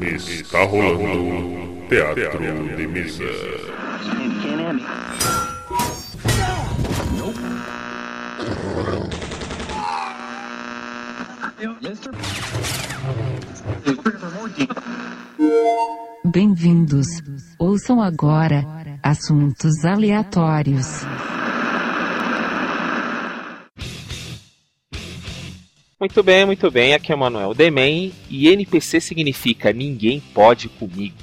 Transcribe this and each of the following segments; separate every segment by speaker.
Speaker 1: Está rolando teatro de mesa.
Speaker 2: Bem-vindos. Ouçam agora assuntos aleatórios.
Speaker 3: Muito bem, muito bem. Aqui é o Manuel Demen e NPC significa ninguém pode comigo.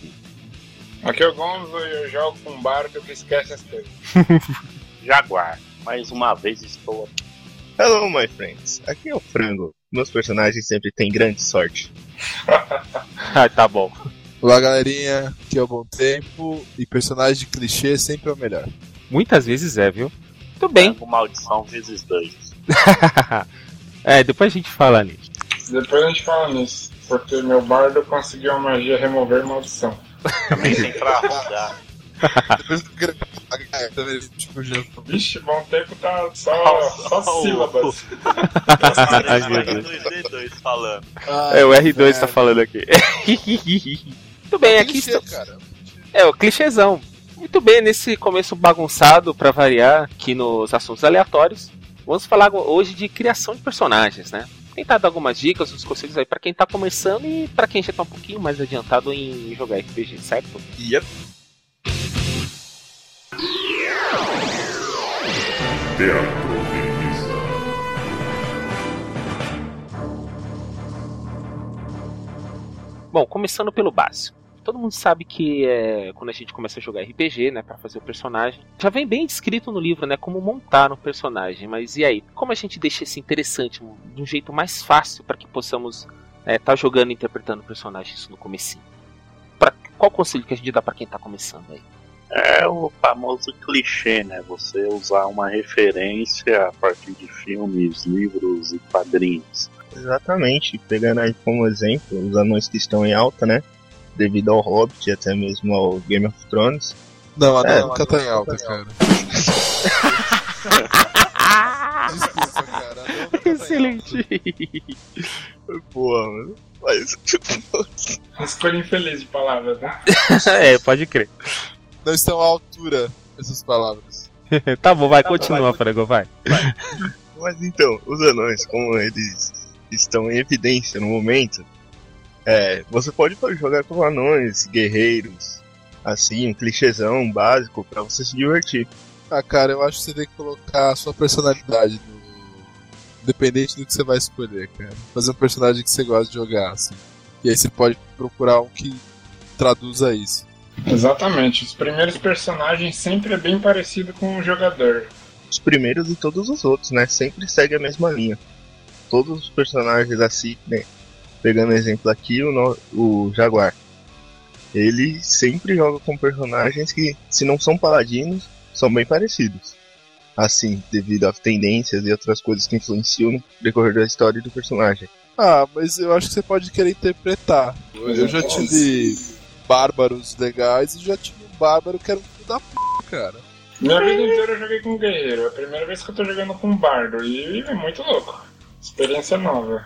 Speaker 4: Aqui é o Gonzo e eu jogo com um bardo que esquece as coisas.
Speaker 5: Jaguar, mais uma vez estou aqui.
Speaker 6: Hello, my friends. Aqui é o Frango. Meus personagens sempre têm grande sorte.
Speaker 3: Ah, tá bom.
Speaker 7: Olá, galerinha. Aqui é o Bom Tempo e personagem de clichê sempre é o melhor.
Speaker 3: Muitas vezes é, viu? Muito bem.
Speaker 5: Frango Maldição vezes dois.
Speaker 3: é, depois a gente fala nisso.
Speaker 4: Depois a gente fala nisso, porque meu bardo conseguiu a magia remover maldição.
Speaker 5: Também tem pra rodar.
Speaker 7: Depois do
Speaker 6: tá
Speaker 7: grande tipo de
Speaker 4: Vixe, bom tempo tá só, só
Speaker 5: Só o-
Speaker 4: sílabas.
Speaker 3: Ai,
Speaker 5: né?
Speaker 3: meu Deus.
Speaker 5: 2D2 falando.
Speaker 3: É, o R2
Speaker 7: Ah,
Speaker 3: tá falando aqui. muito bem, aqui então.
Speaker 7: clichê,
Speaker 3: está...
Speaker 7: cara.
Speaker 3: É, o clichêzão. Muito bem, nesse começo bagunçado, pra variar, aqui nos assuntos aleatórios, vamos falar hoje de criação de personagens, né? Tentar dar algumas dicas, uns conselhos aí pra quem tá começando e pra quem já tá um pouquinho mais adiantado em jogar RPG, certo?
Speaker 6: Yep.
Speaker 1: Teatro de mesa.
Speaker 3: Bom, começando pelo básico. Todo mundo sabe que é, quando a gente começa a jogar RPG, né, para fazer o personagem, já vem bem descrito no livro, né, como montar um personagem. Mas e aí, como a gente deixa isso interessante, um- de um jeito mais fácil para que possamos estar jogando e interpretando personagens no comecinho? Pra, qual conselho que a gente dá para quem tá começando aí?
Speaker 5: É o famoso clichê, né? Você usar uma referência a partir de filmes, livros e quadrinhos.
Speaker 6: Exatamente. Pegando aí como exemplo os anões que estão em alta, né? Devido ao Hobbit e até mesmo ao Game of Thrones.
Speaker 7: Não, a
Speaker 6: É,
Speaker 7: Dona nunca tá em alta, cara. Desculpa, cara. a Dona nunca tá em
Speaker 6: Boa, mano. Mas...
Speaker 4: Escolha infeliz de palavras, né?
Speaker 3: é, pode crer.
Speaker 7: alta. Não estão à altura essas palavras.
Speaker 3: Tá bom, vai,
Speaker 6: continua, vai,
Speaker 3: Frego, vai.
Speaker 6: Mas então, os anões, como eles estão em evidência no momento, é, você pode jogar com anões, guerreiros, assim, um clichêzão básico pra você se divertir.
Speaker 7: Ah, cara, eu acho que você tem que colocar a sua personalidade no. Independente do que você vai escolher, cara. Fazer um personagem que você gosta de jogar, assim. E aí você pode procurar um que traduza isso.
Speaker 4: Exatamente. Os primeiros personagens sempre é bem parecido com o jogador.
Speaker 6: Os primeiros e todos os outros, né? Sempre segue a mesma linha. Todos os personagens assim, né? Pegando exemplo aqui, o, no- o Jaguar. Ele sempre joga com personagens que, se não são paladinos, são bem parecidos. Assim, devido a tendências e outras coisas que influenciam no decorrer da história do personagem.
Speaker 7: Ah, mas eu acho que você pode querer interpretar. Eu já tive bárbaros legais e já tive um bárbaro que era um filho da p, cara.
Speaker 4: Minha vida inteira eu joguei com guerreiro. É a primeira vez que eu tô jogando com um bardo. E é muito louco. Experiência nova.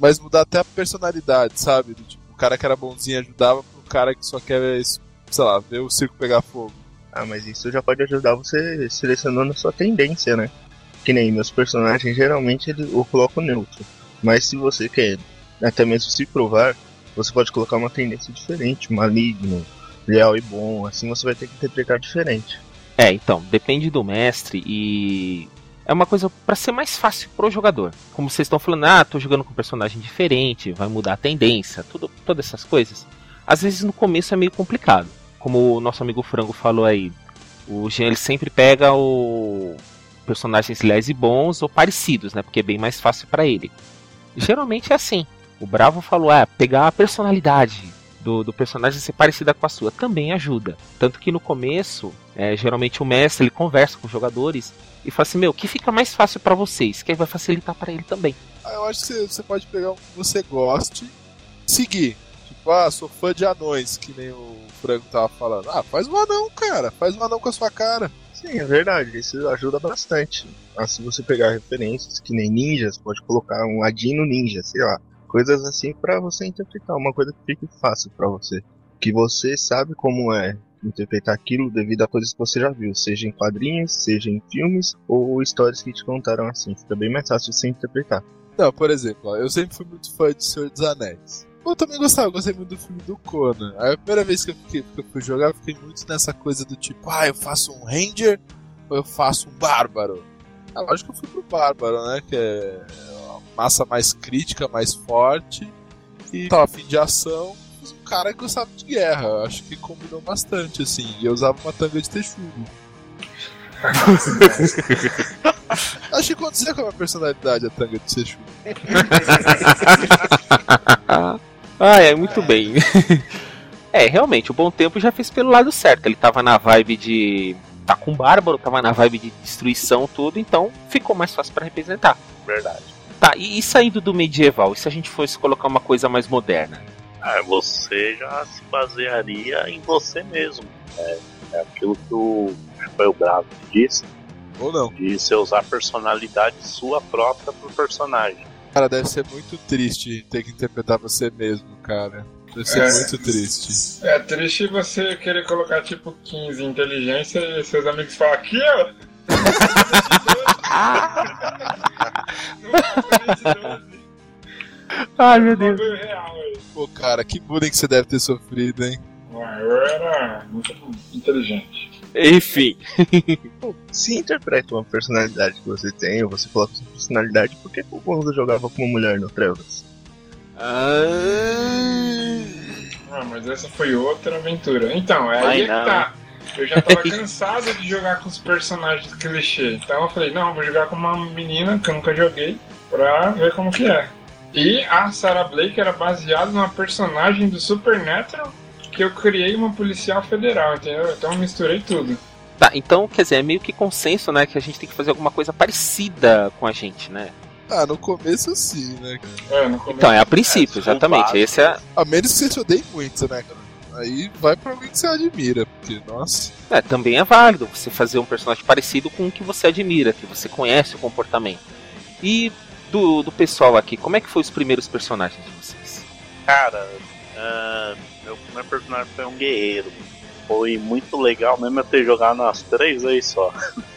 Speaker 7: Mas mudar até a personalidade, sabe? Do tipo, o cara que era bonzinho ajudava pro cara que só quer, sei lá, ver o circo pegar fogo.
Speaker 6: Ah, mas isso já pode ajudar você selecionando a sua tendência, né? Que nem meus personagens, geralmente ele- eu coloco neutro. Mas se você quer até mesmo se provar, você pode colocar uma tendência diferente, maligno, leal e bom. Assim você vai ter que interpretar diferente.
Speaker 3: É, então, depende do mestre e é uma coisa pra ser mais fácil pro jogador. Como vocês estão falando, ah, tô jogando com um personagem diferente, vai mudar a tendência, tudo, todas essas coisas. Às vezes no começo é meio complicado. Como o nosso amigo Frango falou aí, o Jean ele sempre pega o personagens leais e bons ou parecidos, né? Porque é bem mais fácil pra ele. Geralmente é assim. O Bravo falou, é, pegar a personalidade do, do personagem ser parecida com a sua também ajuda. Tanto que no começo, é, geralmente o mestre ele conversa com os jogadores e fala assim: Meu, o que fica mais fácil pra vocês? Que aí vai facilitar pra ele também.
Speaker 7: Ah, eu acho que você- você pode pegar um que você goste e seguir. Tipo, ah, sou fã de anões, que nem o Franco tava falando. Ah, faz um anão, cara. Faz um anão com a sua cara.
Speaker 6: Sim, é verdade. Isso ajuda bastante. Ah, se você pegar referências que nem ninjas, pode colocar um ladino ninja, sei lá. Coisas assim pra você interpretar, uma coisa que fique fácil pra você. Que você sabe como é interpretar aquilo devido a coisas que você já viu, seja em quadrinhos, seja em filmes ou histórias que te contaram assim. Fica bem mais fácil você interpretar.
Speaker 7: Não, por exemplo, ó, eu sempre fui muito fã de Senhor dos Anéis. Eu também gostava, eu gostei muito do filme do Conan. Aí A primeira vez que eu, fiquei, que eu fui jogar, eu fiquei muito nessa coisa do tipo, ah, eu faço um Ranger ou eu faço um Bárbaro? Ah, lógico que eu fui pro Bárbaro, né? Que é uma massa mais crítica, mais forte e tava afim de ação. Mas um cara que gostava de guerra, eu acho que combinou bastante, assim. E eu usava uma tanga de texugo. acho que condizia com a minha personalidade a tanga de texugo.
Speaker 3: Ah, é, muito bem. é, realmente, o Bom Tempo já fez pelo lado certo. Ele tava na vibe de. Tá com Bárbaro, tava na vibe de destruição, tudo, então ficou mais fácil pra representar.
Speaker 5: Verdade.
Speaker 3: Tá, e, e saindo do medieval, e se a gente fosse colocar uma coisa mais moderna?
Speaker 5: Ah, você já se basearia em você mesmo. É, é aquilo que o Chapéu Bravo disse,
Speaker 7: Ou não.
Speaker 5: de você usar a personalidade sua própria pro personagem.
Speaker 7: Cara, deve ser muito triste ter que interpretar você mesmo, cara. Deve ser
Speaker 4: É.
Speaker 7: muito triste.
Speaker 4: É triste você querer colocar tipo 15 em inteligência e seus amigos falam aqui, ó.
Speaker 3: Ai, meu
Speaker 4: Não foi real é. aí.
Speaker 7: Pô, cara, que bullying que você deve ter sofrido, hein?
Speaker 4: Ué, Eu era muito inteligente.
Speaker 3: Enfim.
Speaker 6: se interpreta uma personalidade que você tem, ou você coloca sua personalidade, por que o Gonzo jogava com uma mulher no Trevas?
Speaker 4: Ah, mas essa foi outra aventura. Então, é
Speaker 5: Ai,
Speaker 4: aí que
Speaker 5: não.
Speaker 4: tá. Eu já tava cansado de jogar com os personagens clichê. Então eu falei, não, vou jogar com uma menina que eu nunca joguei pra ver como que é. E a Sarah Blake era baseada numa personagem do Supernatural que eu criei uma policial federal, entendeu? Então eu misturei tudo.
Speaker 3: Tá, então, quer dizer, é meio que consenso, né? Que a gente tem que fazer alguma coisa parecida com a gente, né?
Speaker 7: Ah, no começo sim, né, cara?
Speaker 4: É, no começo.
Speaker 3: Então, é a princípio,
Speaker 5: É,
Speaker 3: exatamente.
Speaker 5: básico.
Speaker 3: Esse é,
Speaker 7: A menos que você te odeie muito, né, cara? Aí vai pra alguém que você admira, porque, nossa.
Speaker 3: é, também é válido você fazer um personagem parecido com o que você admira, que você conhece o comportamento. E do, do pessoal aqui, como é que foi os primeiros personagens de vocês?
Speaker 5: Cara, ah, meu primeiro personagem foi um guerreiro. Foi muito legal mesmo eu ter jogado nas três aí só.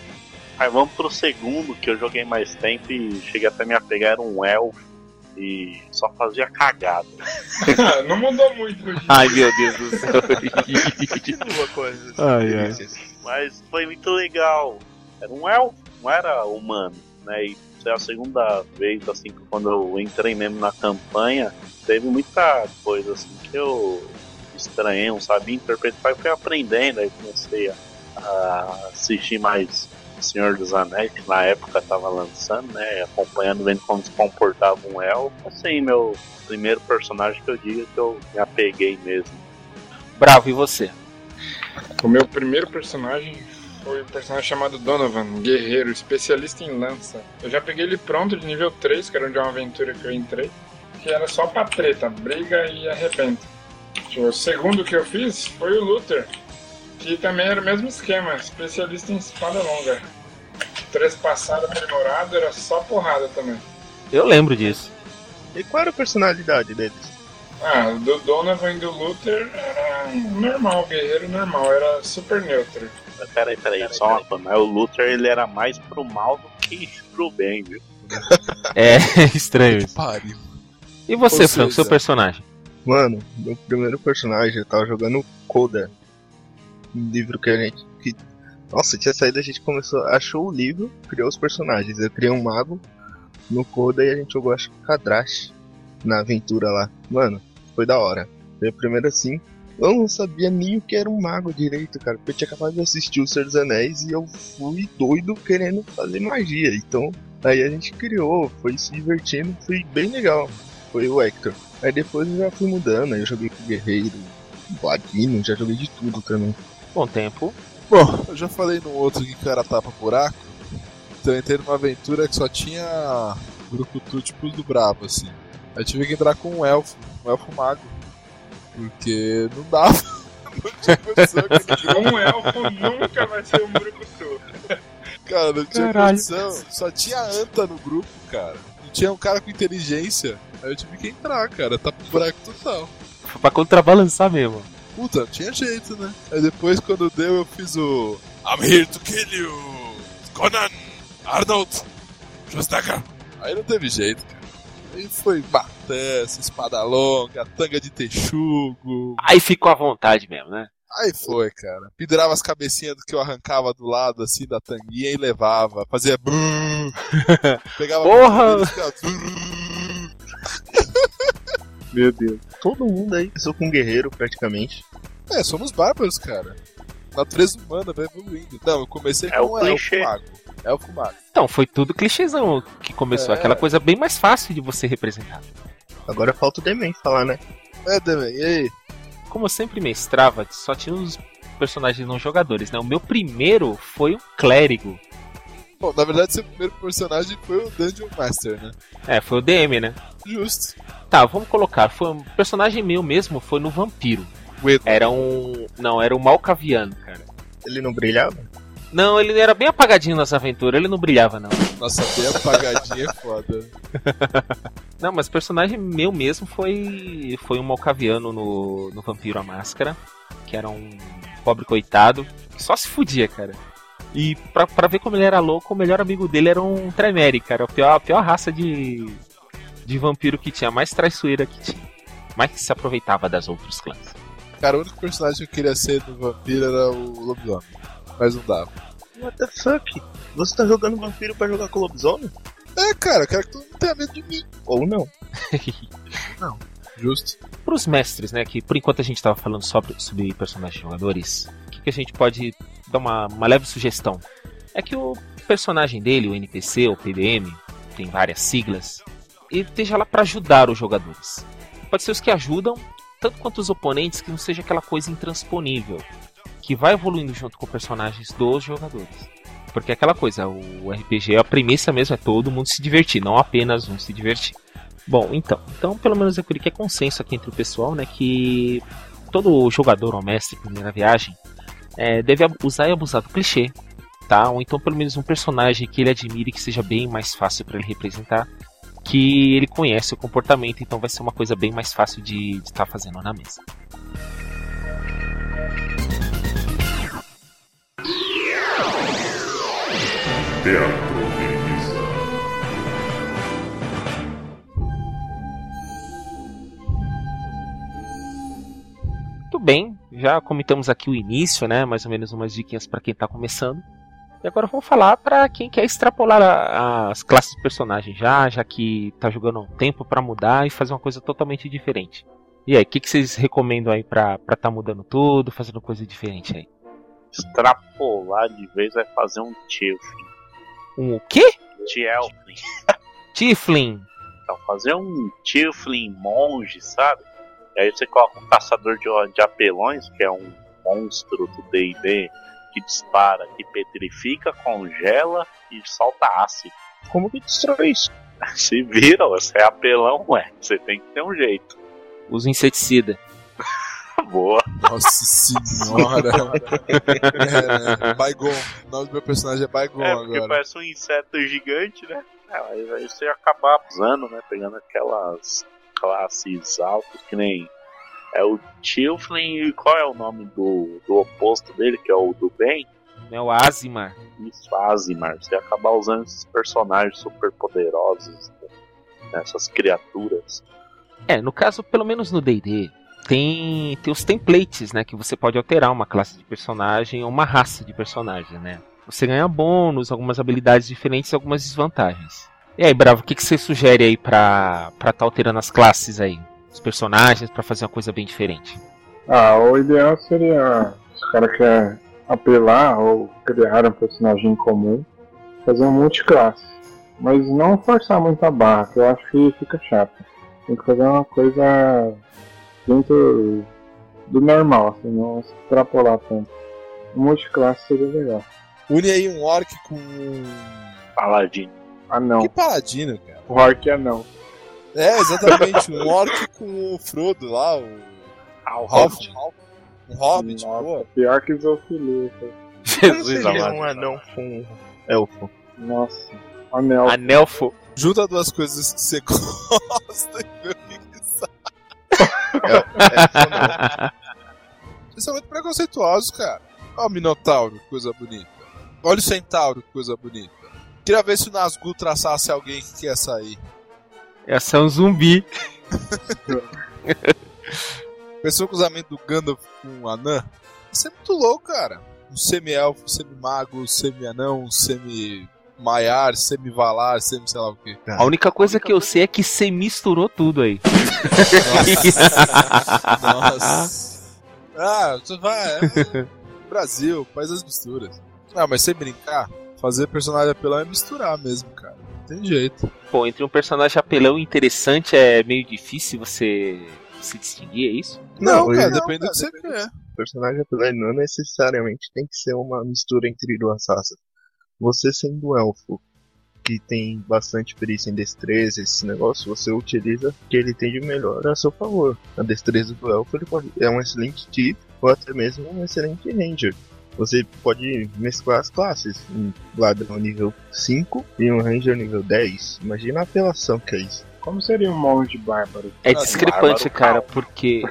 Speaker 5: Aí vamos pro segundo, que eu joguei mais tempo e cheguei até me apegar, era um elfo. E só fazia cagada.
Speaker 4: Não mudou muito hoje.
Speaker 3: Ai, meu Deus do céu.
Speaker 6: Continua com essas
Speaker 3: Ai, ai.
Speaker 6: experiências.
Speaker 5: Mas foi muito legal. Era um elfo, não era humano, né? E foi a segunda vez, assim, que quando eu entrei mesmo na campanha, teve muita coisa, assim, que eu estranhei, não sabia interpretar, e fui aprendendo, aí comecei a, a assistir mais Senhor dos Anéis, que na época tava lançando, né? Acompanhando, vendo como se comportava um elfo. Assim, meu primeiro personagem que eu digo que eu me apeguei mesmo.
Speaker 3: Bravo, e você?
Speaker 4: O meu primeiro personagem foi um personagem chamado Donovan, um guerreiro, especialista em lança. Eu já peguei ele pronto de nível 3, que era onde é uma aventura que eu entrei, que era só pra treta, briga e arrebenta. Tipo, O segundo que eu fiz foi o Luther, que também era o mesmo esquema, especialista em espada longa. Trespassado aprimorado era só porrada também.
Speaker 3: Eu lembro disso.
Speaker 6: E qual era a personalidade deles?
Speaker 4: Ah, o do Donovan e do Luther era normal, guerreiro normal, era super neutro.
Speaker 5: Mas Peraí, peraí, só uma coisa. Mas o Luther ele era mais pro mal do que pro bem, viu?
Speaker 3: É, estranho
Speaker 7: Que pariu.
Speaker 3: E você,
Speaker 7: Ou
Speaker 3: Franco,
Speaker 7: seja-
Speaker 3: seu personagem?
Speaker 6: Mano, meu primeiro personagem, eu tava jogando Coda. Um livro que a gente. Que... Nossa, tinha saído, a gente começou. Achou o livro, criou os personagens. Eu criei um mago no Coda e a gente jogou, acho que Kadrash na aventura lá. Mano, foi da hora. Foi a primeira assim. Eu não sabia nem o que era um mago direito, cara. Porque eu tinha acabado de assistir O Senhor dos Anéis e eu fui doido querendo fazer magia. Então, aí a gente criou, foi se divertindo, foi bem legal. Foi o Hector. Aí depois eu já fui mudando, aí eu joguei com Guerreiro, Ladino, já joguei de tudo também.
Speaker 3: Bom tempo.
Speaker 7: Bom, eu já falei no outro que cara tapa buraco. Então eu entrei numa aventura que só tinha grupo tu tipo do brabo, assim. Aí eu tive que entrar com um elfo, um elfo mago. Porque não dava. Não tinha condição que
Speaker 4: Um elfo nunca vai ser um brucutu.
Speaker 7: Cara, não tinha
Speaker 3: Caralho.
Speaker 7: condição. Só tinha anta no grupo, cara. Não tinha um cara com inteligência. Aí eu tive que entrar, cara. Tá pro buraco total.
Speaker 3: Foi pra contrabalançar mesmo.
Speaker 7: Puta, não tinha jeito, né? Aí depois, quando deu, eu fiz o. I'm here to kill you! Conan! Arnold! Jostaka! Aí não teve jeito, cara. Aí foi batança, espada longa, tanga de texugo.
Speaker 3: Aí ficou à vontade mesmo, né?
Speaker 7: Aí foi, cara. Pendurava as cabecinhas do que eu arrancava do lado, assim, da tanguinha e levava. Fazia. brum. Pegava. assim,
Speaker 3: Porra!
Speaker 7: e ficava brum.
Speaker 5: Meu Deus.
Speaker 6: Todo mundo aí começou com um guerreiro, praticamente.
Speaker 7: É, somos bárbaros, cara. Natureza humana vai evoluindo. Não, eu comecei
Speaker 5: É
Speaker 7: com
Speaker 5: o
Speaker 7: um elfo
Speaker 5: clichê.
Speaker 7: mago. Elfo mago.
Speaker 3: Então, foi tudo clichêzão que começou.
Speaker 7: É.
Speaker 3: Aquela coisa bem mais fácil de você representar.
Speaker 6: Agora falta o Demen falar, né?
Speaker 7: É, Demen, e aí?
Speaker 3: Como eu sempre mestrava, só tinha uns personagens não jogadores, né? O meu primeiro foi um clérigo.
Speaker 7: Bom, na verdade, seu primeiro personagem foi o Dungeon Master, né?
Speaker 3: É, foi o DM, né?
Speaker 7: Justo.
Speaker 3: Tá, vamos colocar. Foi um personagem meu mesmo, foi no vampiro.
Speaker 7: O Edu.
Speaker 3: Era um. Não, era um malcaviano, cara.
Speaker 6: Ele não brilhava?
Speaker 3: Não, ele era bem apagadinho nas aventuras, ele não brilhava, não.
Speaker 7: Nossa, bem apagadinha é foda.
Speaker 3: Não, mas o personagem meu mesmo foi foi um malcaviano no, no Vampiro à Máscara, que era um pobre coitado, que só se fudia, cara. E pra, pra ver como ele era louco, o melhor amigo dele era um Tremere, cara. A pior, a pior raça de, de vampiro que tinha, a mais traiçoeira que tinha. Mais que se aproveitava das outros clãs.
Speaker 7: Cara, o único personagem que eu queria ser do vampiro era o lobisomem. Mas não dava.
Speaker 6: What the fuck? Você tá jogando vampiro pra jogar com lobisomem?
Speaker 7: É, cara, eu quero que todo mundo tenha medo de mim.
Speaker 6: Ou não?
Speaker 7: Justo.
Speaker 3: Pros mestres, né, que por enquanto a gente tava falando só sobre- sobre personagens jogadores, o que, que a gente pode dar uma, uma leve sugestão? É que o personagem dele, o NPC, o PDM, tem várias siglas, ele esteja lá pra ajudar os jogadores. Pode ser os que ajudam, tanto quanto os oponentes, que não seja aquela coisa intransponível, que vai evoluindo junto com personagens dos jogadores. Porque é aquela coisa, o RPG, a premissa mesmo é todo mundo se divertir, não apenas um se divertir. Bom, então, então pelo menos eu queria que é consenso aqui entre o pessoal, né, que todo jogador ou mestre em primeira viagem é, deve ab- usar e abusar do clichê, tá? Ou então pelo menos um personagem que ele admire que seja bem mais fácil para ele representar, que ele conhece o comportamento, então vai ser uma coisa bem mais fácil de estar fazendo na mesa.
Speaker 1: Teatro Denis.
Speaker 3: Muito bem, já comentamos aqui o início, né? Mais ou menos umas diquinhas para quem tá começando. E agora vamos falar para quem quer extrapolar a- as classes de personagem já, já que tá jogando há um tempo para mudar e fazer uma coisa totalmente diferente. E aí, o que, que vocês recomendam aí pra pra tá mudando tudo, fazendo coisa diferente aí?
Speaker 5: Extrapolar de vez vai fazer um Tiefling.
Speaker 3: Um o quê?
Speaker 5: Tiefling.
Speaker 3: Tiflin!
Speaker 5: Então, fazer um Tiefling monge, sabe? E aí você coloca um caçador de, de apelões, que é um monstro do DD que dispara, que petrifica, congela e solta ácido.
Speaker 6: Como que destrói isso?
Speaker 5: Se viram, você é apelão, ué. Você tem que ter um jeito.
Speaker 3: Os inseticida.
Speaker 5: Boa.
Speaker 7: Nossa senhora. é, Baigon. O nome do meu personagem é Baigon
Speaker 5: é, porque
Speaker 7: agora.
Speaker 5: parece um inseto gigante, né? É, mas aí você ia acabar usando, né? Pegando aquelas classes altas que nem. É o Tilflin e qual é o nome do, do oposto dele, que é o do bem?
Speaker 3: Né, o Azimar.
Speaker 5: Isso, Azimar. Você ia acabar usando esses personagens super poderosos, né? essas criaturas.
Speaker 3: É, no caso, pelo menos no D&D, tem, tem os templates, né? Que você pode alterar uma classe de personagem ou uma raça de personagem, né? Você ganha bônus, algumas habilidades diferentes e algumas desvantagens. E aí, Bravo, o que, que você sugere aí pra estar tá alterando as classes aí? Os personagens, pra fazer uma coisa bem diferente.
Speaker 4: Ah, o ideal seria se o cara quer apelar ou criar um personagem comum, fazer um multiclasse. Mas não forçar muito a barra, que eu acho que fica chato. Tem que fazer uma coisa dentro do normal, assim, não extrapolar tanto. Um multiclasse seria legal.
Speaker 7: Une aí um orc com um.
Speaker 5: Paladino.
Speaker 4: Ah não,
Speaker 7: Que paladino, cara.
Speaker 4: o Orc é não.
Speaker 7: É, exatamente. Um orc com o Frodo lá, o.
Speaker 5: Ah,
Speaker 7: o Hobbit. Um Hobbit, pô.
Speaker 4: Pior que zoofilia. cara.
Speaker 6: Como seria um anão com um elfo?
Speaker 4: Nossa, anel.
Speaker 3: Ah. Anelfo.
Speaker 7: Junta duas coisas que você gosta e vê o que que sai.
Speaker 6: Essa não.
Speaker 7: Vocês são muito preconceituosos, cara. Ó o Minotauro, coisa bonita. Olha o Centauro, coisa bonita. Queria ver se o Nazgûl traçasse alguém que quer sair.
Speaker 3: Essa é um zumbi.
Speaker 7: Pensou o cruzamento do Gandalf com o Anã? Isso é muito louco, cara. Um semi-elfo, um semi-mago, um semi-anão, um semi-maiar, semi-valar, semi-sei lá o quê.
Speaker 3: A única coisa que eu sei é que você misturou tudo aí.
Speaker 7: Nossa. Ah, tu vai. é- Brasil, faz as misturas. Ah, mas sem brincar, fazer personagem apelão é misturar mesmo, cara. Não tem jeito.
Speaker 3: Pô, entre um personagem apelão e interessante é meio difícil você se distinguir, é isso?
Speaker 7: Não,
Speaker 6: Não,
Speaker 7: cara,
Speaker 6: não,
Speaker 7: depende do que você quer.
Speaker 6: O personagem apesar de não necessariamente tem que ser uma mistura entre duas raças. Você sendo um elfo, que tem bastante perícia em destreza, esse negócio, você utiliza o que ele tem de melhor a seu favor. A destreza do elfo ele pode- é um excelente thief ou até mesmo um excelente ranger. Você pode mesclar as classes, um ladrão nível 5 e um ranger nível 10. Imagina a apelação que é isso.
Speaker 4: Como seria um monge bárbaro?
Speaker 3: É
Speaker 7: Nossa,
Speaker 3: discrepante,
Speaker 5: bárbaro,
Speaker 3: cara, porque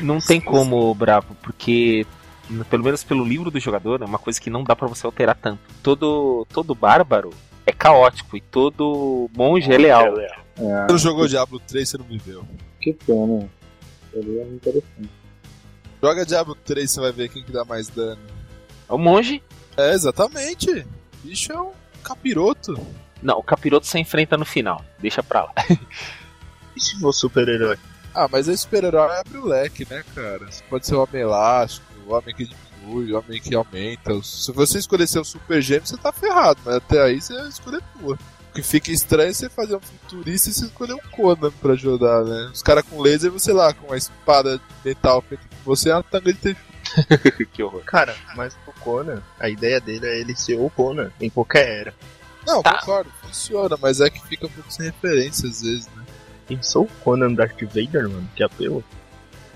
Speaker 3: não tem como, bravo, porque n- pelo menos pelo livro do jogador, é uma coisa que não dá pra você alterar tanto. Todo todo bárbaro é caótico e todo monge é leal.
Speaker 7: Você não jogou Diablo 3, você não viveu.
Speaker 4: Que pena. Seria interessante.
Speaker 7: Joga Diablo 3, você vai ver quem que dá mais dano.
Speaker 3: É O monge?
Speaker 7: É, exatamente. Bicho é um capiroto.
Speaker 3: Não, o capiroto você enfrenta no final. Deixa pra lá.
Speaker 6: E se for super-herói?
Speaker 7: Ah, mas aí super-herói abre o leque, né, cara? Você pode ser o homem elástico, o homem que diminui, o homem que aumenta. Se você escolher ser o super gêmeo, você tá ferrado, mas até aí você escolhe tua. O que fica estranho é você fazer um futurista e você escolher um Conan pra ajudar, né? Os caras com laser, você lá, com uma espada de metal feita com você, é uma tanga de tecido.
Speaker 3: que horror.
Speaker 6: Cara, mas o Conan, a ideia dele é ele ser o Conan em qualquer era.
Speaker 7: Não,
Speaker 3: Tá.
Speaker 7: concordo, funciona, mas é que fica um pouco sem referência às vezes, né?
Speaker 6: Pensou o Conan Darth Vader, mano? Que apelo.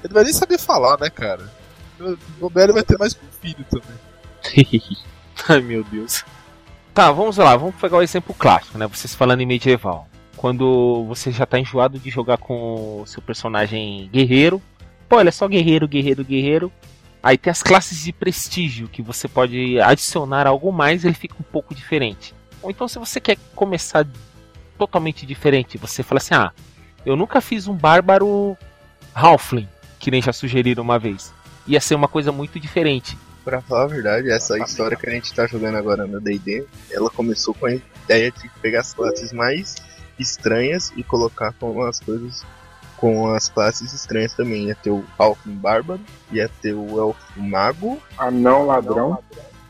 Speaker 7: Ele vai nem saber falar, né, cara? O Bobelli vai ter mais que um filho também.
Speaker 3: Ai, meu Deus. Tá, vamos lá, vamos pegar o exemplo clássico, né? Vocês falando em medieval. Quando você já tá enjoado de jogar com o seu personagem guerreiro. Pô, ele é só guerreiro, guerreiro, guerreiro. Aí tem as classes de prestígio, que você pode adicionar algo mais, ele fica um pouco diferente. Ou então, se você quer começar totalmente diferente, você fala assim: ah, eu nunca fiz um bárbaro Halfling, que nem já sugeriram uma vez. Ia ser uma coisa muito diferente.
Speaker 6: Pra falar a verdade, essa história que a gente tá jogando agora no D&D, ela começou com a ideia de pegar as classes mais estranhas e colocar com as coisas com as classes estranhas também. Ia ter o Alfin Bárbaro, ia ter o Elfo Mago,
Speaker 4: Anão ladrão?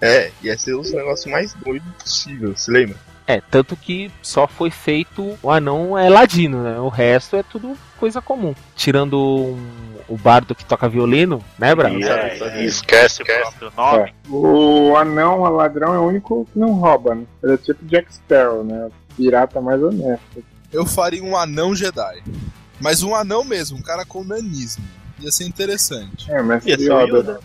Speaker 6: é, ia ser os negócios mais doidos possível, se lembra?
Speaker 3: É, tanto que só foi feito o anão é ladino, né? O resto é tudo coisa comum. Tirando um- o bardo que toca violino, né, Bravo?
Speaker 5: E,
Speaker 6: sabe,
Speaker 5: é,
Speaker 6: sabe.
Speaker 5: e esquece, o próprio nome.
Speaker 4: É. O anão ladrão é o único que não rouba, né? Ele é tipo Jack Sparrow, né? Pirata mais honesto.
Speaker 7: Eu faria um anão Jedi. Mas um anão mesmo, um cara com nanismo. Ia ser interessante.
Speaker 4: É, mas
Speaker 6: Ia ser
Speaker 4: seria
Speaker 6: o
Speaker 4: Yoda.
Speaker 6: Yoda.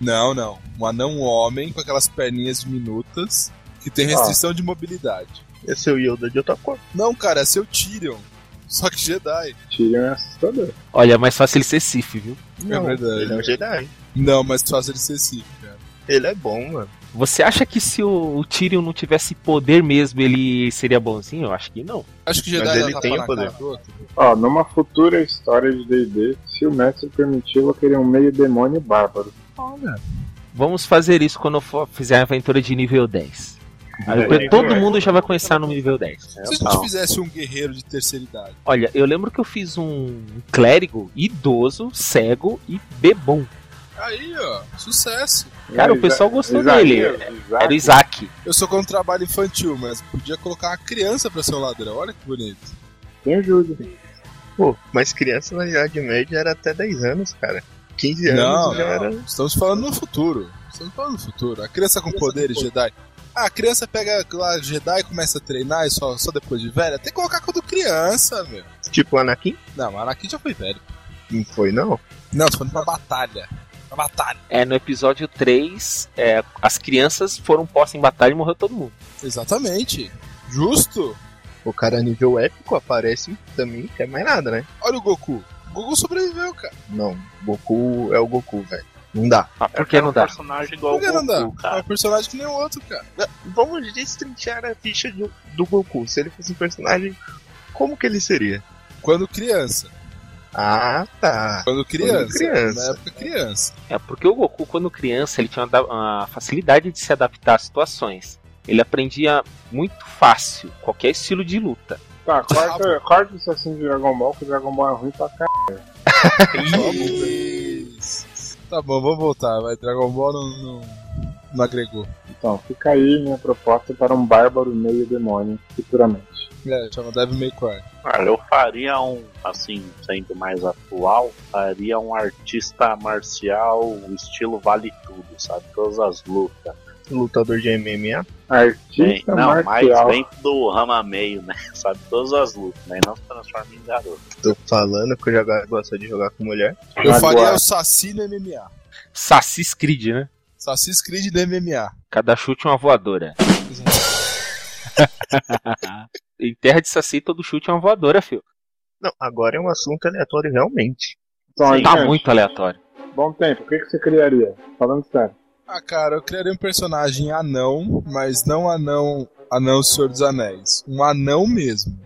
Speaker 7: Não, não. Um anão homem com aquelas perninhas diminutas que
Speaker 6: Ah.
Speaker 7: tem restrição de mobilidade.
Speaker 6: Ia ser o Yoda de outra cor.
Speaker 7: Não, cara, é seu Tyrion. Só que Jedi.
Speaker 4: Tyrion é assustador.
Speaker 3: Olha, é mais fácil ele ser Sif, viu?
Speaker 6: Não,
Speaker 7: verdade.
Speaker 6: Ele é um Jedi.
Speaker 7: Não, mas faz ele ser assim. Sith, cara.
Speaker 6: Ele é bom, mano.
Speaker 3: Você acha que se o, o Tyrion não tivesse poder mesmo, ele seria bonzinho? Eu acho que não.
Speaker 7: Acho que
Speaker 6: Mas
Speaker 7: Jedi dá
Speaker 6: ele
Speaker 7: tapa
Speaker 6: tem
Speaker 7: na
Speaker 6: o poder. É
Speaker 7: cara do outro.
Speaker 4: Ó, numa futura história de D&D, se o mestre permitir, eu queria um meio demônio bárbaro.
Speaker 3: Vamos fazer isso quando eu for- fizer a aventura de nível 10.
Speaker 4: Aí,
Speaker 3: Porque todo mundo já vai começar no nível 10.
Speaker 5: É,
Speaker 7: Se a gente
Speaker 5: não.
Speaker 7: fizesse um guerreiro de terceira idade.
Speaker 3: Olha, eu lembro que eu fiz um clérigo idoso, cego e bebum.
Speaker 7: Aí, ó, sucesso.
Speaker 3: Cara, o
Speaker 4: Isa-
Speaker 3: pessoal gostou
Speaker 4: Isaac,
Speaker 3: dele.
Speaker 4: Isaac.
Speaker 3: Era o Isaac.
Speaker 7: Eu sou contra o trabalho infantil, mas podia colocar uma criança pra ser um ladrão. Olha que bonito.
Speaker 4: Tem ajuda.
Speaker 6: Pô, mas criança na Idade Média era até 10 anos, cara. 15 anos
Speaker 7: Não,
Speaker 6: já era.
Speaker 7: não. Estamos falando no futuro. Estamos falando no futuro. A criança com poderes Jedi. Ah, a criança pega lá Jedi e começa a treinar e só, só depois de velha. Tem que colocar quando criança, meu.
Speaker 6: Tipo o Anakin?
Speaker 7: Não, a Anakin já foi velho.
Speaker 6: Não foi, não.
Speaker 7: Não, tô falando pra batalha. Pra batalha.
Speaker 3: É, no episódio 3, é, as crianças foram postas em batalha e morreu todo mundo.
Speaker 7: Exatamente. Justo.
Speaker 6: O cara nível épico aparece também, não quer mais nada, né?
Speaker 7: Olha o Goku. O Goku sobreviveu, cara.
Speaker 6: Não, Goku é o Goku, velho. Não dá.
Speaker 3: Ah, por que não
Speaker 5: um
Speaker 3: dá?
Speaker 5: personagem igual
Speaker 7: Por
Speaker 5: ao
Speaker 7: que não dá?
Speaker 5: Goku,
Speaker 7: É
Speaker 5: cara.
Speaker 7: um personagem que nem o outro, cara.
Speaker 6: Vamos destrinchar a ficha do, do Goku. Se ele fosse um personagem, como que ele seria?
Speaker 7: Quando criança.
Speaker 6: Ah, tá.
Speaker 7: Quando criança.
Speaker 6: criança.
Speaker 7: Na época criança.
Speaker 3: É porque o Goku, quando criança, ele tinha uma da- uma facilidade de se adaptar às situações. Ele aprendia muito fácil qualquer estilo de luta.
Speaker 4: Tá, corta, corta isso assim de Dragon Ball, que o Dragon Ball é ruim pra caralho.
Speaker 7: Isso. Tá bom, vamos voltar. Vai, Dragon Ball não, não, não agregou.
Speaker 4: Então, fica aí minha proposta para um bárbaro meio demônio, futuramente.
Speaker 7: É, chama Devil May Cry.
Speaker 5: Olha, eu faria um, assim, sendo mais atual, faria um artista marcial, estilo vale tudo, sabe? Todas as lutas.
Speaker 6: Lutador de MMA.
Speaker 5: Bem,
Speaker 4: Artista
Speaker 5: não,
Speaker 4: marcial.
Speaker 5: mas vem do rama meio, né? Sabe? Todas as lutas, né? E não se transforma em garoto.
Speaker 6: Tô falando que eu já gosto de jogar com mulher.
Speaker 7: Eu
Speaker 4: Agora.
Speaker 7: faria o Saci no MMA.
Speaker 3: Sassis Creed, né?
Speaker 7: Saci Creed no MMA.
Speaker 3: Cada chute é uma voadora. em terra de Saci, todo chute é uma voadora, filho.
Speaker 6: Não, agora é um assunto aleatório realmente.
Speaker 4: Então,
Speaker 5: Sim.
Speaker 4: aí,
Speaker 3: Tá
Speaker 4: gente,
Speaker 3: muito aleatório.
Speaker 4: Bom tempo, o que, que você criaria? Falando sério.
Speaker 7: Ah, cara, eu criaria um personagem anão, mas não anão, anão Senhor dos Anéis. Um anão mesmo.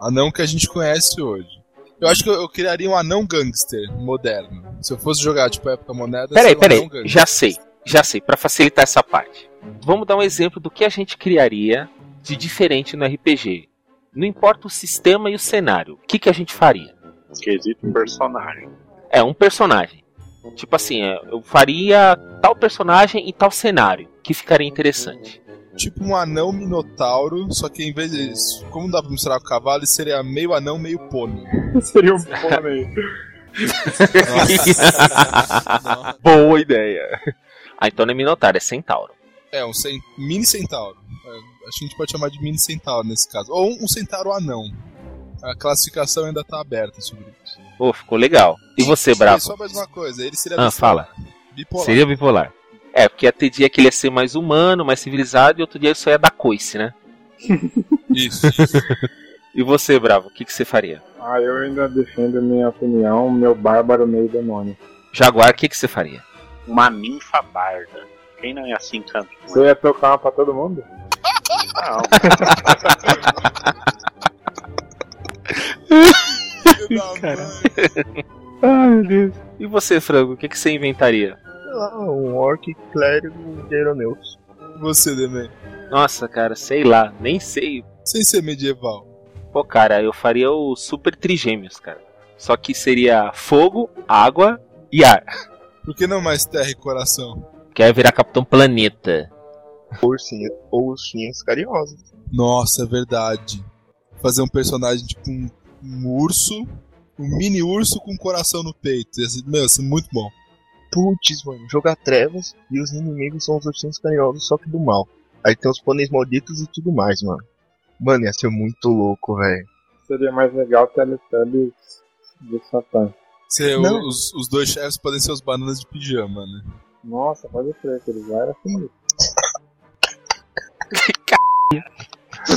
Speaker 7: Anão que a gente conhece hoje. Eu acho que eu, eu criaria um anão gangster moderno. Se eu fosse jogar, tipo, época moderna,
Speaker 3: Peraí,
Speaker 7: seria um
Speaker 3: peraí.
Speaker 7: anão gangster.
Speaker 3: Já sei, já sei. Pra facilitar essa parte, vamos dar um exemplo do que a gente criaria de diferente no RPG. Não importa o sistema e o cenário, o que, que a gente faria?
Speaker 5: Quesito personagem.
Speaker 3: É um personagem. Tipo assim, é, eu faria tal personagem em tal cenário, que ficaria interessante.
Speaker 7: Tipo um anão minotauro, só que em vez disso, como não dá pra misturar com cavalo, ele seria meio anão, meio pônei.
Speaker 4: Seria um pônei.
Speaker 7: Nossa.
Speaker 3: Boa ideia. Ah, então não é Minotauro, é Centauro.
Speaker 7: É, um cen- mini centauro. É, acho que a gente pode chamar de mini centauro nesse caso. Ou um, um centauro anão. A classificação ainda tá aberta sobre isso.
Speaker 3: Pô, ficou legal. E você,
Speaker 7: E
Speaker 3: Bravo?
Speaker 7: só mais uma coisa, ele seria
Speaker 3: Ah, fala.
Speaker 7: bipolar. bipolar.
Speaker 3: Seria bipolar. É, porque ia ter dia que ele ia ser mais humano, mais civilizado, e outro dia ele só ia dar coice, né?
Speaker 7: Isso.
Speaker 3: E você, Bravo, o que, que você faria?
Speaker 4: Ah, eu ainda defendo minha opinião, meu bárbaro meio demônio.
Speaker 3: Jaguar, o que, que você faria?
Speaker 5: Uma ninfa barda. Quem não é assim encanta com
Speaker 4: Você ia tocar uma pra todo mundo?
Speaker 5: Não,
Speaker 7: Filho da mãe.
Speaker 3: Ah, meu Deus. E você, Frango, o que, que você inventaria?
Speaker 6: Sei lá, um orc clérigo de aeroneus.
Speaker 7: Você, Demen.
Speaker 3: Nossa, cara, sei lá, nem sei.
Speaker 7: Sem ser medieval.
Speaker 3: Pô, cara, eu faria o Super Trigêmeos, cara. Só que seria fogo, água e ar.
Speaker 7: Por que não mais terra e coração?
Speaker 3: Que ia virar Capitão Planeta.
Speaker 6: Ou ursinhos, ou ursinhos carinhosos.
Speaker 7: Nossa, é verdade. Fazer um personagem tipo um, um urso, um mini urso com um coração no peito. Ia ser- Meu, isso é muito bom.
Speaker 6: Putz, mano, jogar trevas e os inimigos são os ursinhos carinhosos, só que do mal. Aí tem os pôneis malditos e tudo mais, mano. Mano, ia ser muito louco, velho.
Speaker 4: Seria mais legal Teletubbies de Satã.
Speaker 7: Ser o-
Speaker 6: Não.
Speaker 7: os, os dois chefes podem ser os bananas de pijama, né?
Speaker 4: Nossa, pode crer, que eles eram assim.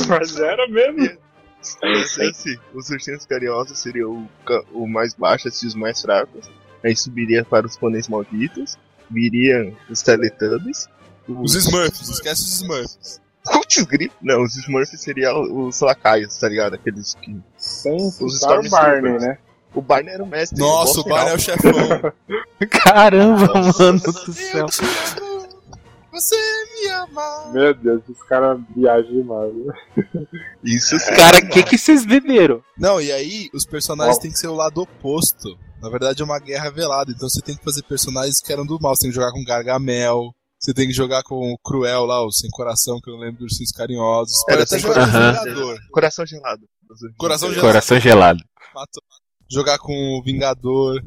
Speaker 4: Mas era mesmo.
Speaker 6: Se fosse assim, os ursinhos carinhosos seria o, ca- o mais baixo e os mais fracos. Aí subiria para os pôneis malditos, viria os teletubbies.
Speaker 7: Os Smurfs, esquece os Smurfs.
Speaker 6: Putz, grito. Não, os Smurfs seriam os lacaios, tá ligado? Aqueles que.
Speaker 4: Sem
Speaker 6: Os
Speaker 4: citar o Barney,
Speaker 6: Stormtroopers.
Speaker 4: né?
Speaker 6: O Barney era o mestre. né?
Speaker 7: Nossa, o Barney é o chefão.
Speaker 3: Caramba, mano do céu.
Speaker 7: Você me ama.
Speaker 4: Meu Deus, esse cara viaja demais.
Speaker 7: é
Speaker 6: Isso sim.
Speaker 3: Cara, o que, que vocês beberam?
Speaker 7: Não, e aí os personagens
Speaker 4: Qual?
Speaker 7: têm que ser o lado oposto. Na verdade é uma guerra velada, então você tem que fazer personagens que eram do mal. Você tem que jogar com Gargamel, você tem que jogar com o Cruel lá, o Sem Coração, que eu não lembro dos Ursinhos Carinhosos.
Speaker 6: Era
Speaker 7: Pode até
Speaker 6: Sem
Speaker 7: jogar com o
Speaker 3: Coração.
Speaker 7: Vingador.
Speaker 6: Coração gelado.
Speaker 7: Coração gelado.
Speaker 3: Coração gelado.
Speaker 7: Matou. Jogar com o Vingador.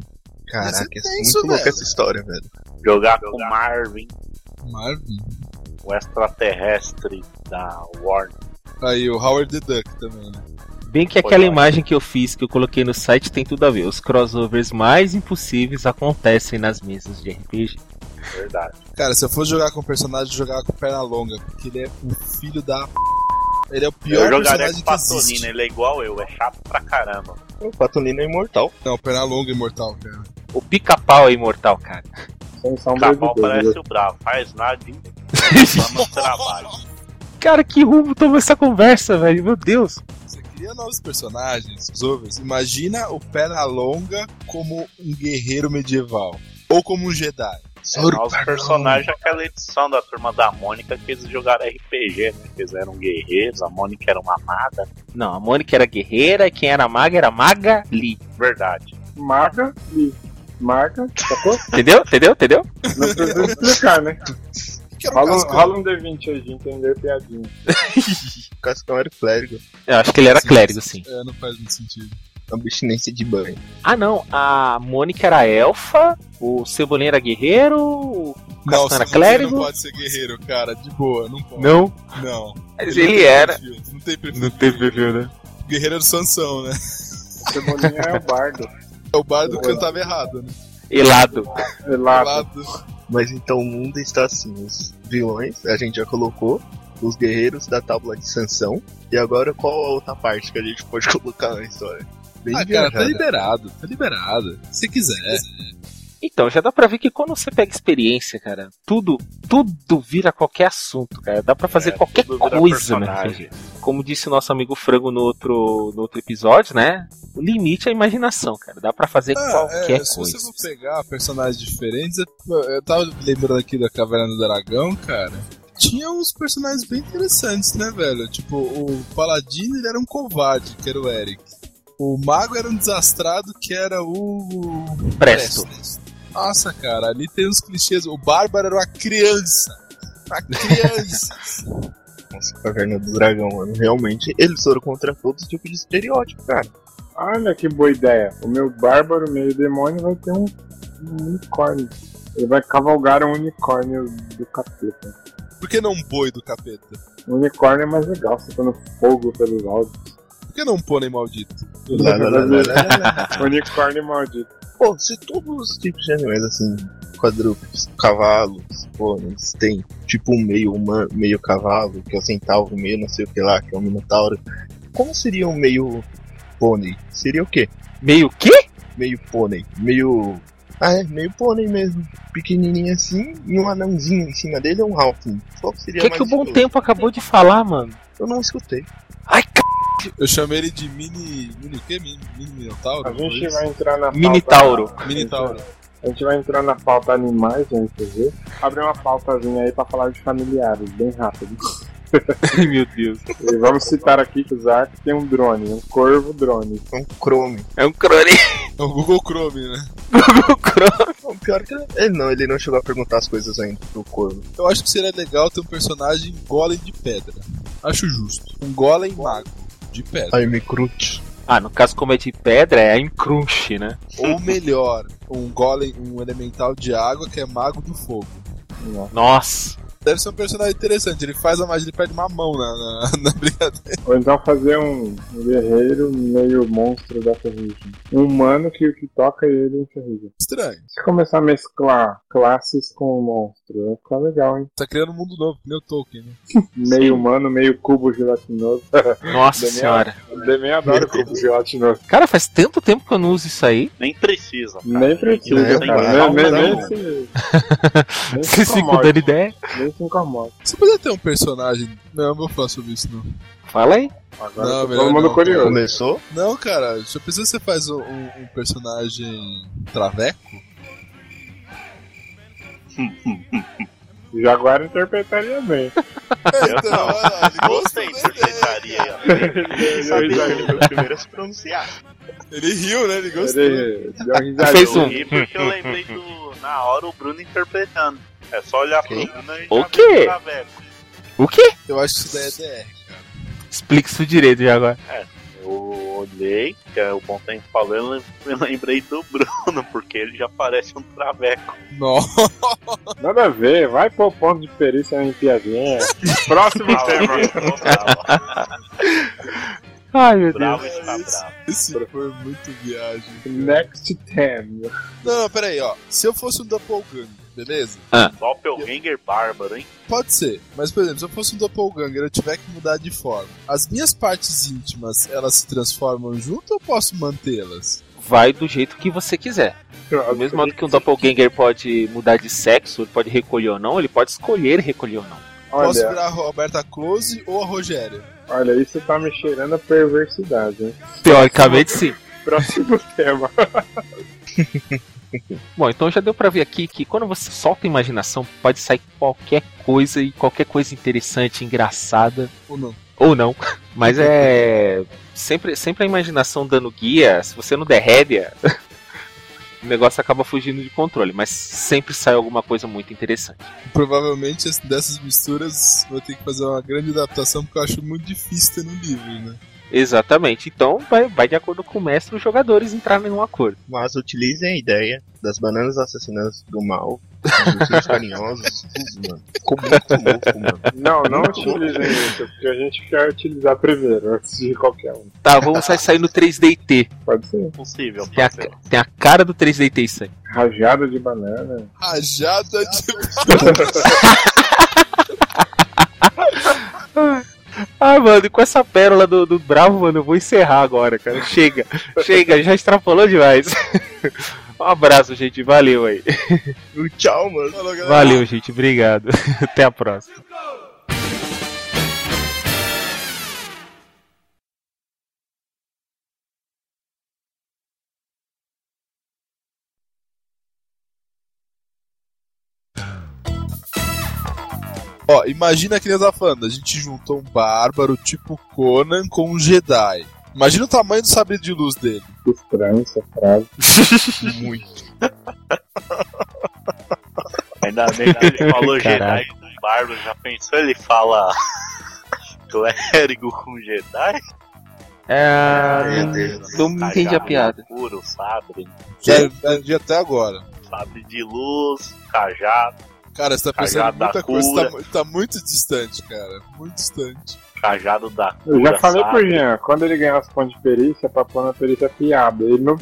Speaker 6: Caraca, é
Speaker 7: Você tem
Speaker 6: muito
Speaker 7: isso,
Speaker 6: louca
Speaker 7: velho.
Speaker 6: essa história, velho.
Speaker 5: jogar com Marvin,
Speaker 7: Marvin.
Speaker 5: o extraterrestre da Warner.
Speaker 7: Aí o Howard the Duck também, né?
Speaker 3: Bem
Speaker 5: Foi
Speaker 3: que aquela
Speaker 5: ótimo.
Speaker 3: imagem que eu fiz, que eu coloquei no site, tem tudo a ver. Os crossovers mais impossíveis acontecem nas mesas de RPG.
Speaker 5: Verdade.
Speaker 7: Cara, se eu fosse jogar com o personagem, eu jogava com perna longa, porque ele é o filho um da. p***. Ele é
Speaker 5: Eu
Speaker 7: o pior
Speaker 5: jogaria
Speaker 7: personagem
Speaker 5: com
Speaker 7: que existe.
Speaker 5: Patonina, ele é igual eu, é chato pra caramba.
Speaker 6: O Patonino é imortal.
Speaker 7: Não, perna longa imortal, cara.
Speaker 3: O pica-pau é imortal, cara.
Speaker 8: Sem sombra de
Speaker 5: Cabal
Speaker 8: dúvida.
Speaker 5: parece o bravo, faz nada e reclama do trabalho.
Speaker 3: cara, que rumo toma essa conversa, velho? Meu Deus.
Speaker 7: Você cria novos personagens, Zovers. Imagina o Pernalonga como um guerreiro medieval. Ou como um Jedi.
Speaker 5: É, os personagens, aquela edição da turma da Mônica que eles jogaram RPG, né? Que eles eram guerreiros, a Mônica era uma maga,
Speaker 3: Não, a Mônica era guerreira, quem era maga era maga Lee.
Speaker 5: verdade.
Speaker 4: Maga e. Maga, sacou?
Speaker 3: Entendeu? Entendeu? Entendeu?
Speaker 4: Não precisa explicar, né?
Speaker 7: O que, que era o
Speaker 4: Rola um,
Speaker 7: Cascão?
Speaker 4: rola um D20 aí de entender piadinha.
Speaker 6: O Cascão era o clérigo.
Speaker 3: Eu acho que ele era
Speaker 7: Sim,
Speaker 3: clérigo, sim.
Speaker 7: É, não faz muito sentido.
Speaker 6: Abstinência de banho.
Speaker 3: Ah, não. A Mônica era elfa, o Cebolinha era guerreiro, o Cascão era
Speaker 7: Cebolinha
Speaker 3: clérigo.
Speaker 7: não pode ser guerreiro, cara. De boa, não pode.
Speaker 3: Não.
Speaker 7: Não.
Speaker 3: Mas
Speaker 7: não
Speaker 3: ele
Speaker 7: tem
Speaker 3: era.
Speaker 7: perfil, Não tem perfil.
Speaker 3: teve perfil, né?
Speaker 7: Guerreiro era o Sansão, né?
Speaker 4: Cebolinha é o bardo.
Speaker 7: O bardo cantava errado, né?
Speaker 3: Elado.
Speaker 4: Elado.
Speaker 7: Lado.
Speaker 6: Mas então o mundo está assim. Os vilões, a gente já colocou. Os guerreiros da tábua de sanção. E agora qual a outra parte que a gente pode colocar na história? Bem
Speaker 7: Ah, cara, tá
Speaker 6: viajada.
Speaker 7: liberado. Tá liberado. Se quiser.
Speaker 3: Então, já dá pra ver que quando você pega experiência, cara, tudo, tudo vira qualquer assunto, cara. Dá pra fazer
Speaker 5: É,
Speaker 3: qualquer
Speaker 5: tudo vira
Speaker 3: coisa, né?
Speaker 5: personagem.
Speaker 3: Como disse o nosso amigo Frango no outro, no outro episódio, né? O limite é a imaginação, cara. Dá pra fazer qualquer
Speaker 7: Ah, é, se
Speaker 3: coisa.
Speaker 7: você for pegar personagens diferentes, é, tipo, eu eu tava lembrando aqui da Caverna do Dragão, cara. Tinha uns personagens bem interessantes, né, velho? Tipo, o Paladino ele era um covarde, que era o Eric. O Mago era um desastrado, que era o.
Speaker 3: Presto.
Speaker 7: Nossa, cara, ali tem uns clichês. O Bárbaro era uma criança. Uma criança.
Speaker 6: Nossa, Caverna do Dragão, mano. Realmente, eles foram contra todo tipo de estereótipo, cara.
Speaker 4: Olha que boa ideia. O meu bárbaro meio demônio vai ter um, um unicórnio. Ele vai cavalgar um unicórnio do capeta.
Speaker 7: Por que não um boi do capeta?
Speaker 4: O unicórnio é mais legal, soltando fogo pelos altos.
Speaker 7: Por que não um pônei maldito?
Speaker 6: Lá, lá, lá, lá, lá, lá, lá.
Speaker 4: Unicórnio maldito.
Speaker 6: Pô, se todos os tipos de animais, assim, quadrúpedes, cavalos, pôneis, tem tipo um meio humano, meio cavalo, que é o centauro, meio não sei o que lá, que é o minotauro. Como seria um meio pônei? Seria o quê?
Speaker 3: Meio que?
Speaker 6: Meio pônei, meio... Ah, é, meio pônei mesmo. Pequenininho assim, e um anãozinho em cima dele é um halfling. Qual que
Speaker 3: O
Speaker 6: seria
Speaker 3: que,
Speaker 6: mais
Speaker 3: que o Bom
Speaker 6: de todos?
Speaker 3: Tempo acabou de falar, mano?
Speaker 6: Eu não escutei.
Speaker 3: Ai, c...
Speaker 7: Eu chamei ele de mini. Mini o quê? Mini, mini Minotauro?
Speaker 4: A gente
Speaker 7: talvez?
Speaker 4: vai entrar na
Speaker 3: Minitauro.
Speaker 4: pauta.
Speaker 7: Minitauro.
Speaker 4: A gente vai entrar na pauta animais, gente, ver. Abrir uma pautazinha aí pra falar de familiares, bem rápido.
Speaker 3: Meu Deus.
Speaker 4: E vamos citar aqui que o Zark tem um drone, um corvo drone.
Speaker 6: É um crome.
Speaker 3: É um crone.
Speaker 7: É o Google Chrome, né?
Speaker 3: um crone.
Speaker 6: Não, pior que ele não, ele não chegou a perguntar as coisas ainda pro corvo.
Speaker 7: Eu acho que seria legal ter um personagem golem de pedra. Acho justo. Um golem mago de pedra.
Speaker 6: Aí me crute.
Speaker 3: Ah, no caso, como é de pedra, é em crunch, né?
Speaker 7: Ou melhor, um golem, um elemental de água que é mago do fogo.
Speaker 3: Nossa.
Speaker 7: Deve ser um personagem interessante. Ele faz a magia, ele perde uma mão na, na, na brincadeira.
Speaker 4: Ou então fazer um guerreiro meio monstro da ferrugem. Um humano que o que toca ele em ferrugem.
Speaker 7: Estranho.
Speaker 4: Se começar a mesclar classes com o monstro, vai ficar legal, hein?
Speaker 7: Tá criando um mundo novo, meu Tolkien, né?
Speaker 4: Meio humano, meio cubo gelatinoso.
Speaker 3: Nossa
Speaker 4: Daniel.
Speaker 3: senhora.
Speaker 4: Eu também adoro cubo gelatinoso.
Speaker 3: Cara, faz tanto tempo que eu não uso isso aí.
Speaker 5: Nem precisa. Cara.
Speaker 4: Nem precisa,
Speaker 6: Não,
Speaker 4: cara.
Speaker 6: não,
Speaker 4: Nem, nem, nem,
Speaker 5: não.
Speaker 4: se, nem se
Speaker 3: Vocês ficam dando
Speaker 4: incomoda.
Speaker 3: ideia.
Speaker 4: Nem se incomoda.
Speaker 7: Você poderia ter um personagem. Não, eu vou falar sobre isso, não.
Speaker 3: Fala aí.
Speaker 4: Agora
Speaker 7: Não,
Speaker 4: eu tô
Speaker 7: melhor
Speaker 4: todo mundo
Speaker 7: não.
Speaker 4: curioso.
Speaker 6: Começou?
Speaker 7: Não, cara, só precisa que você faz um, um- um personagem traveco.
Speaker 4: O Jaguar interpretaria bem.
Speaker 7: Então, olha lá, ele gostou
Speaker 5: Gostei
Speaker 7: né?
Speaker 5: de
Speaker 7: da ideia.
Speaker 5: secretaria.
Speaker 6: Primeiras pronunciar.
Speaker 7: Ele riu, né? Ele gostou.
Speaker 4: Ele deu uma risadinha.
Speaker 3: Fez
Speaker 5: Eu
Speaker 3: um.
Speaker 5: ri porque eu lembrei do. Na hora o Bruno interpretando. É só olhar pro Bruno e já
Speaker 3: O
Speaker 5: vê
Speaker 3: quê?
Speaker 5: que tá velho.
Speaker 3: O quê?
Speaker 7: Eu acho que isso daí é DR.
Speaker 3: Explica isso direito já agora.
Speaker 5: Eu olhei, que é o bom tempo falando, eu lembrei do Bruno, porque ele já parece um traveco.
Speaker 7: Nossa,
Speaker 4: Nada a ver, vai pôr ponto de perícia em piadinha. Próximo tema.
Speaker 5: Bravo.
Speaker 3: Ai, meu Deus.
Speaker 5: Bravo está bravo.
Speaker 7: Esse foi muito viagem.
Speaker 4: Next 10.
Speaker 7: Não, peraí, ó. Se eu fosse um Doppelganger, beleza?
Speaker 5: Doppelganger bárbaro, hein?
Speaker 7: Pode ser, mas por exemplo, se eu fosse um Doppelganger eu tiver que mudar de forma, as minhas partes íntimas elas se transformam junto ou eu posso mantê-las?
Speaker 3: Vai do jeito que você quiser. Do mesmo modo que um doppelganger pode mudar de sexo, ele pode recolher ou não, ele pode escolher recolher ou não.
Speaker 7: Posso
Speaker 4: Olha,
Speaker 7: virar a Roberta Close ou a Rogéria?
Speaker 4: olha, isso tá me cheirando a perversidade, hein?
Speaker 3: Teoricamente, sim.
Speaker 4: Próximo tema.
Speaker 3: Bom, então já deu pra ver aqui que quando você solta a imaginação, pode sair qualquer coisa e qualquer coisa interessante, engraçada
Speaker 7: Ou não?
Speaker 3: ou não. Mas é. Sempre, sempre a imaginação dando guia, se você não der rédea, o negócio acaba fugindo de controle. Mas sempre sai alguma coisa muito interessante.
Speaker 7: Provavelmente as- dessas misturas vou ter que fazer uma grande adaptação porque eu acho muito difícil ter no livro, né?
Speaker 3: Exatamente. Então vai, vai de acordo com o mestre os jogadores entrarem num acordo.
Speaker 6: Mas utilizem a ideia das bananas assassinas do mal, dos ursinhos carinhosos. Putz, mano, ficou muito louco, mano.
Speaker 4: Não, não utilizem isso, porque a gente quer utilizar primeiro, antes de qualquer um.
Speaker 3: Tá, vamos sair, sair no 3DT.
Speaker 4: Pode ser.
Speaker 5: Possível,
Speaker 3: Tem a,
Speaker 5: parceiro.
Speaker 3: tem a cara do 3DT isso aí.
Speaker 4: Rajada de banana.
Speaker 7: Rajada de.
Speaker 3: Ah, mano, e com essa pérola do, do Bravo, mano, eu vou encerrar agora, cara. Chega, chega, já extrapolou demais. Um abraço, gente. Valeu aí.
Speaker 7: Hum,
Speaker 6: Tchau, mano.
Speaker 7: Falou, galera.
Speaker 3: Valeu, gente. Obrigado. Até a próxima.
Speaker 7: Ó, imagina que nem eu tava falando, a gente juntou um bárbaro tipo Conan com um Jedi. Imagina o tamanho do sabre de luz dele.
Speaker 4: Que estranho essa frase.
Speaker 5: Ainda bem que ele falou
Speaker 3: Caraca.
Speaker 5: Jedi com bárbaro. Já pensou ele fala clérigo com Jedi?
Speaker 3: É...
Speaker 6: Meu Deus.
Speaker 3: Eu não entendi a piada.
Speaker 5: Puro, sabre,
Speaker 7: Já entendi é até agora.
Speaker 5: sabre de luz, cajado,
Speaker 7: Cara, você tá pensando em
Speaker 5: Cagada
Speaker 7: muita coisa,
Speaker 5: cura.
Speaker 7: tá, mu- tá muito distante, cara. Muito distante.
Speaker 5: cajado da cura,
Speaker 4: Eu já falei
Speaker 5: sabre.
Speaker 4: pro Jean, quando ele ganhar os pontos de perícia, pra pôr na perícia piada. Ele não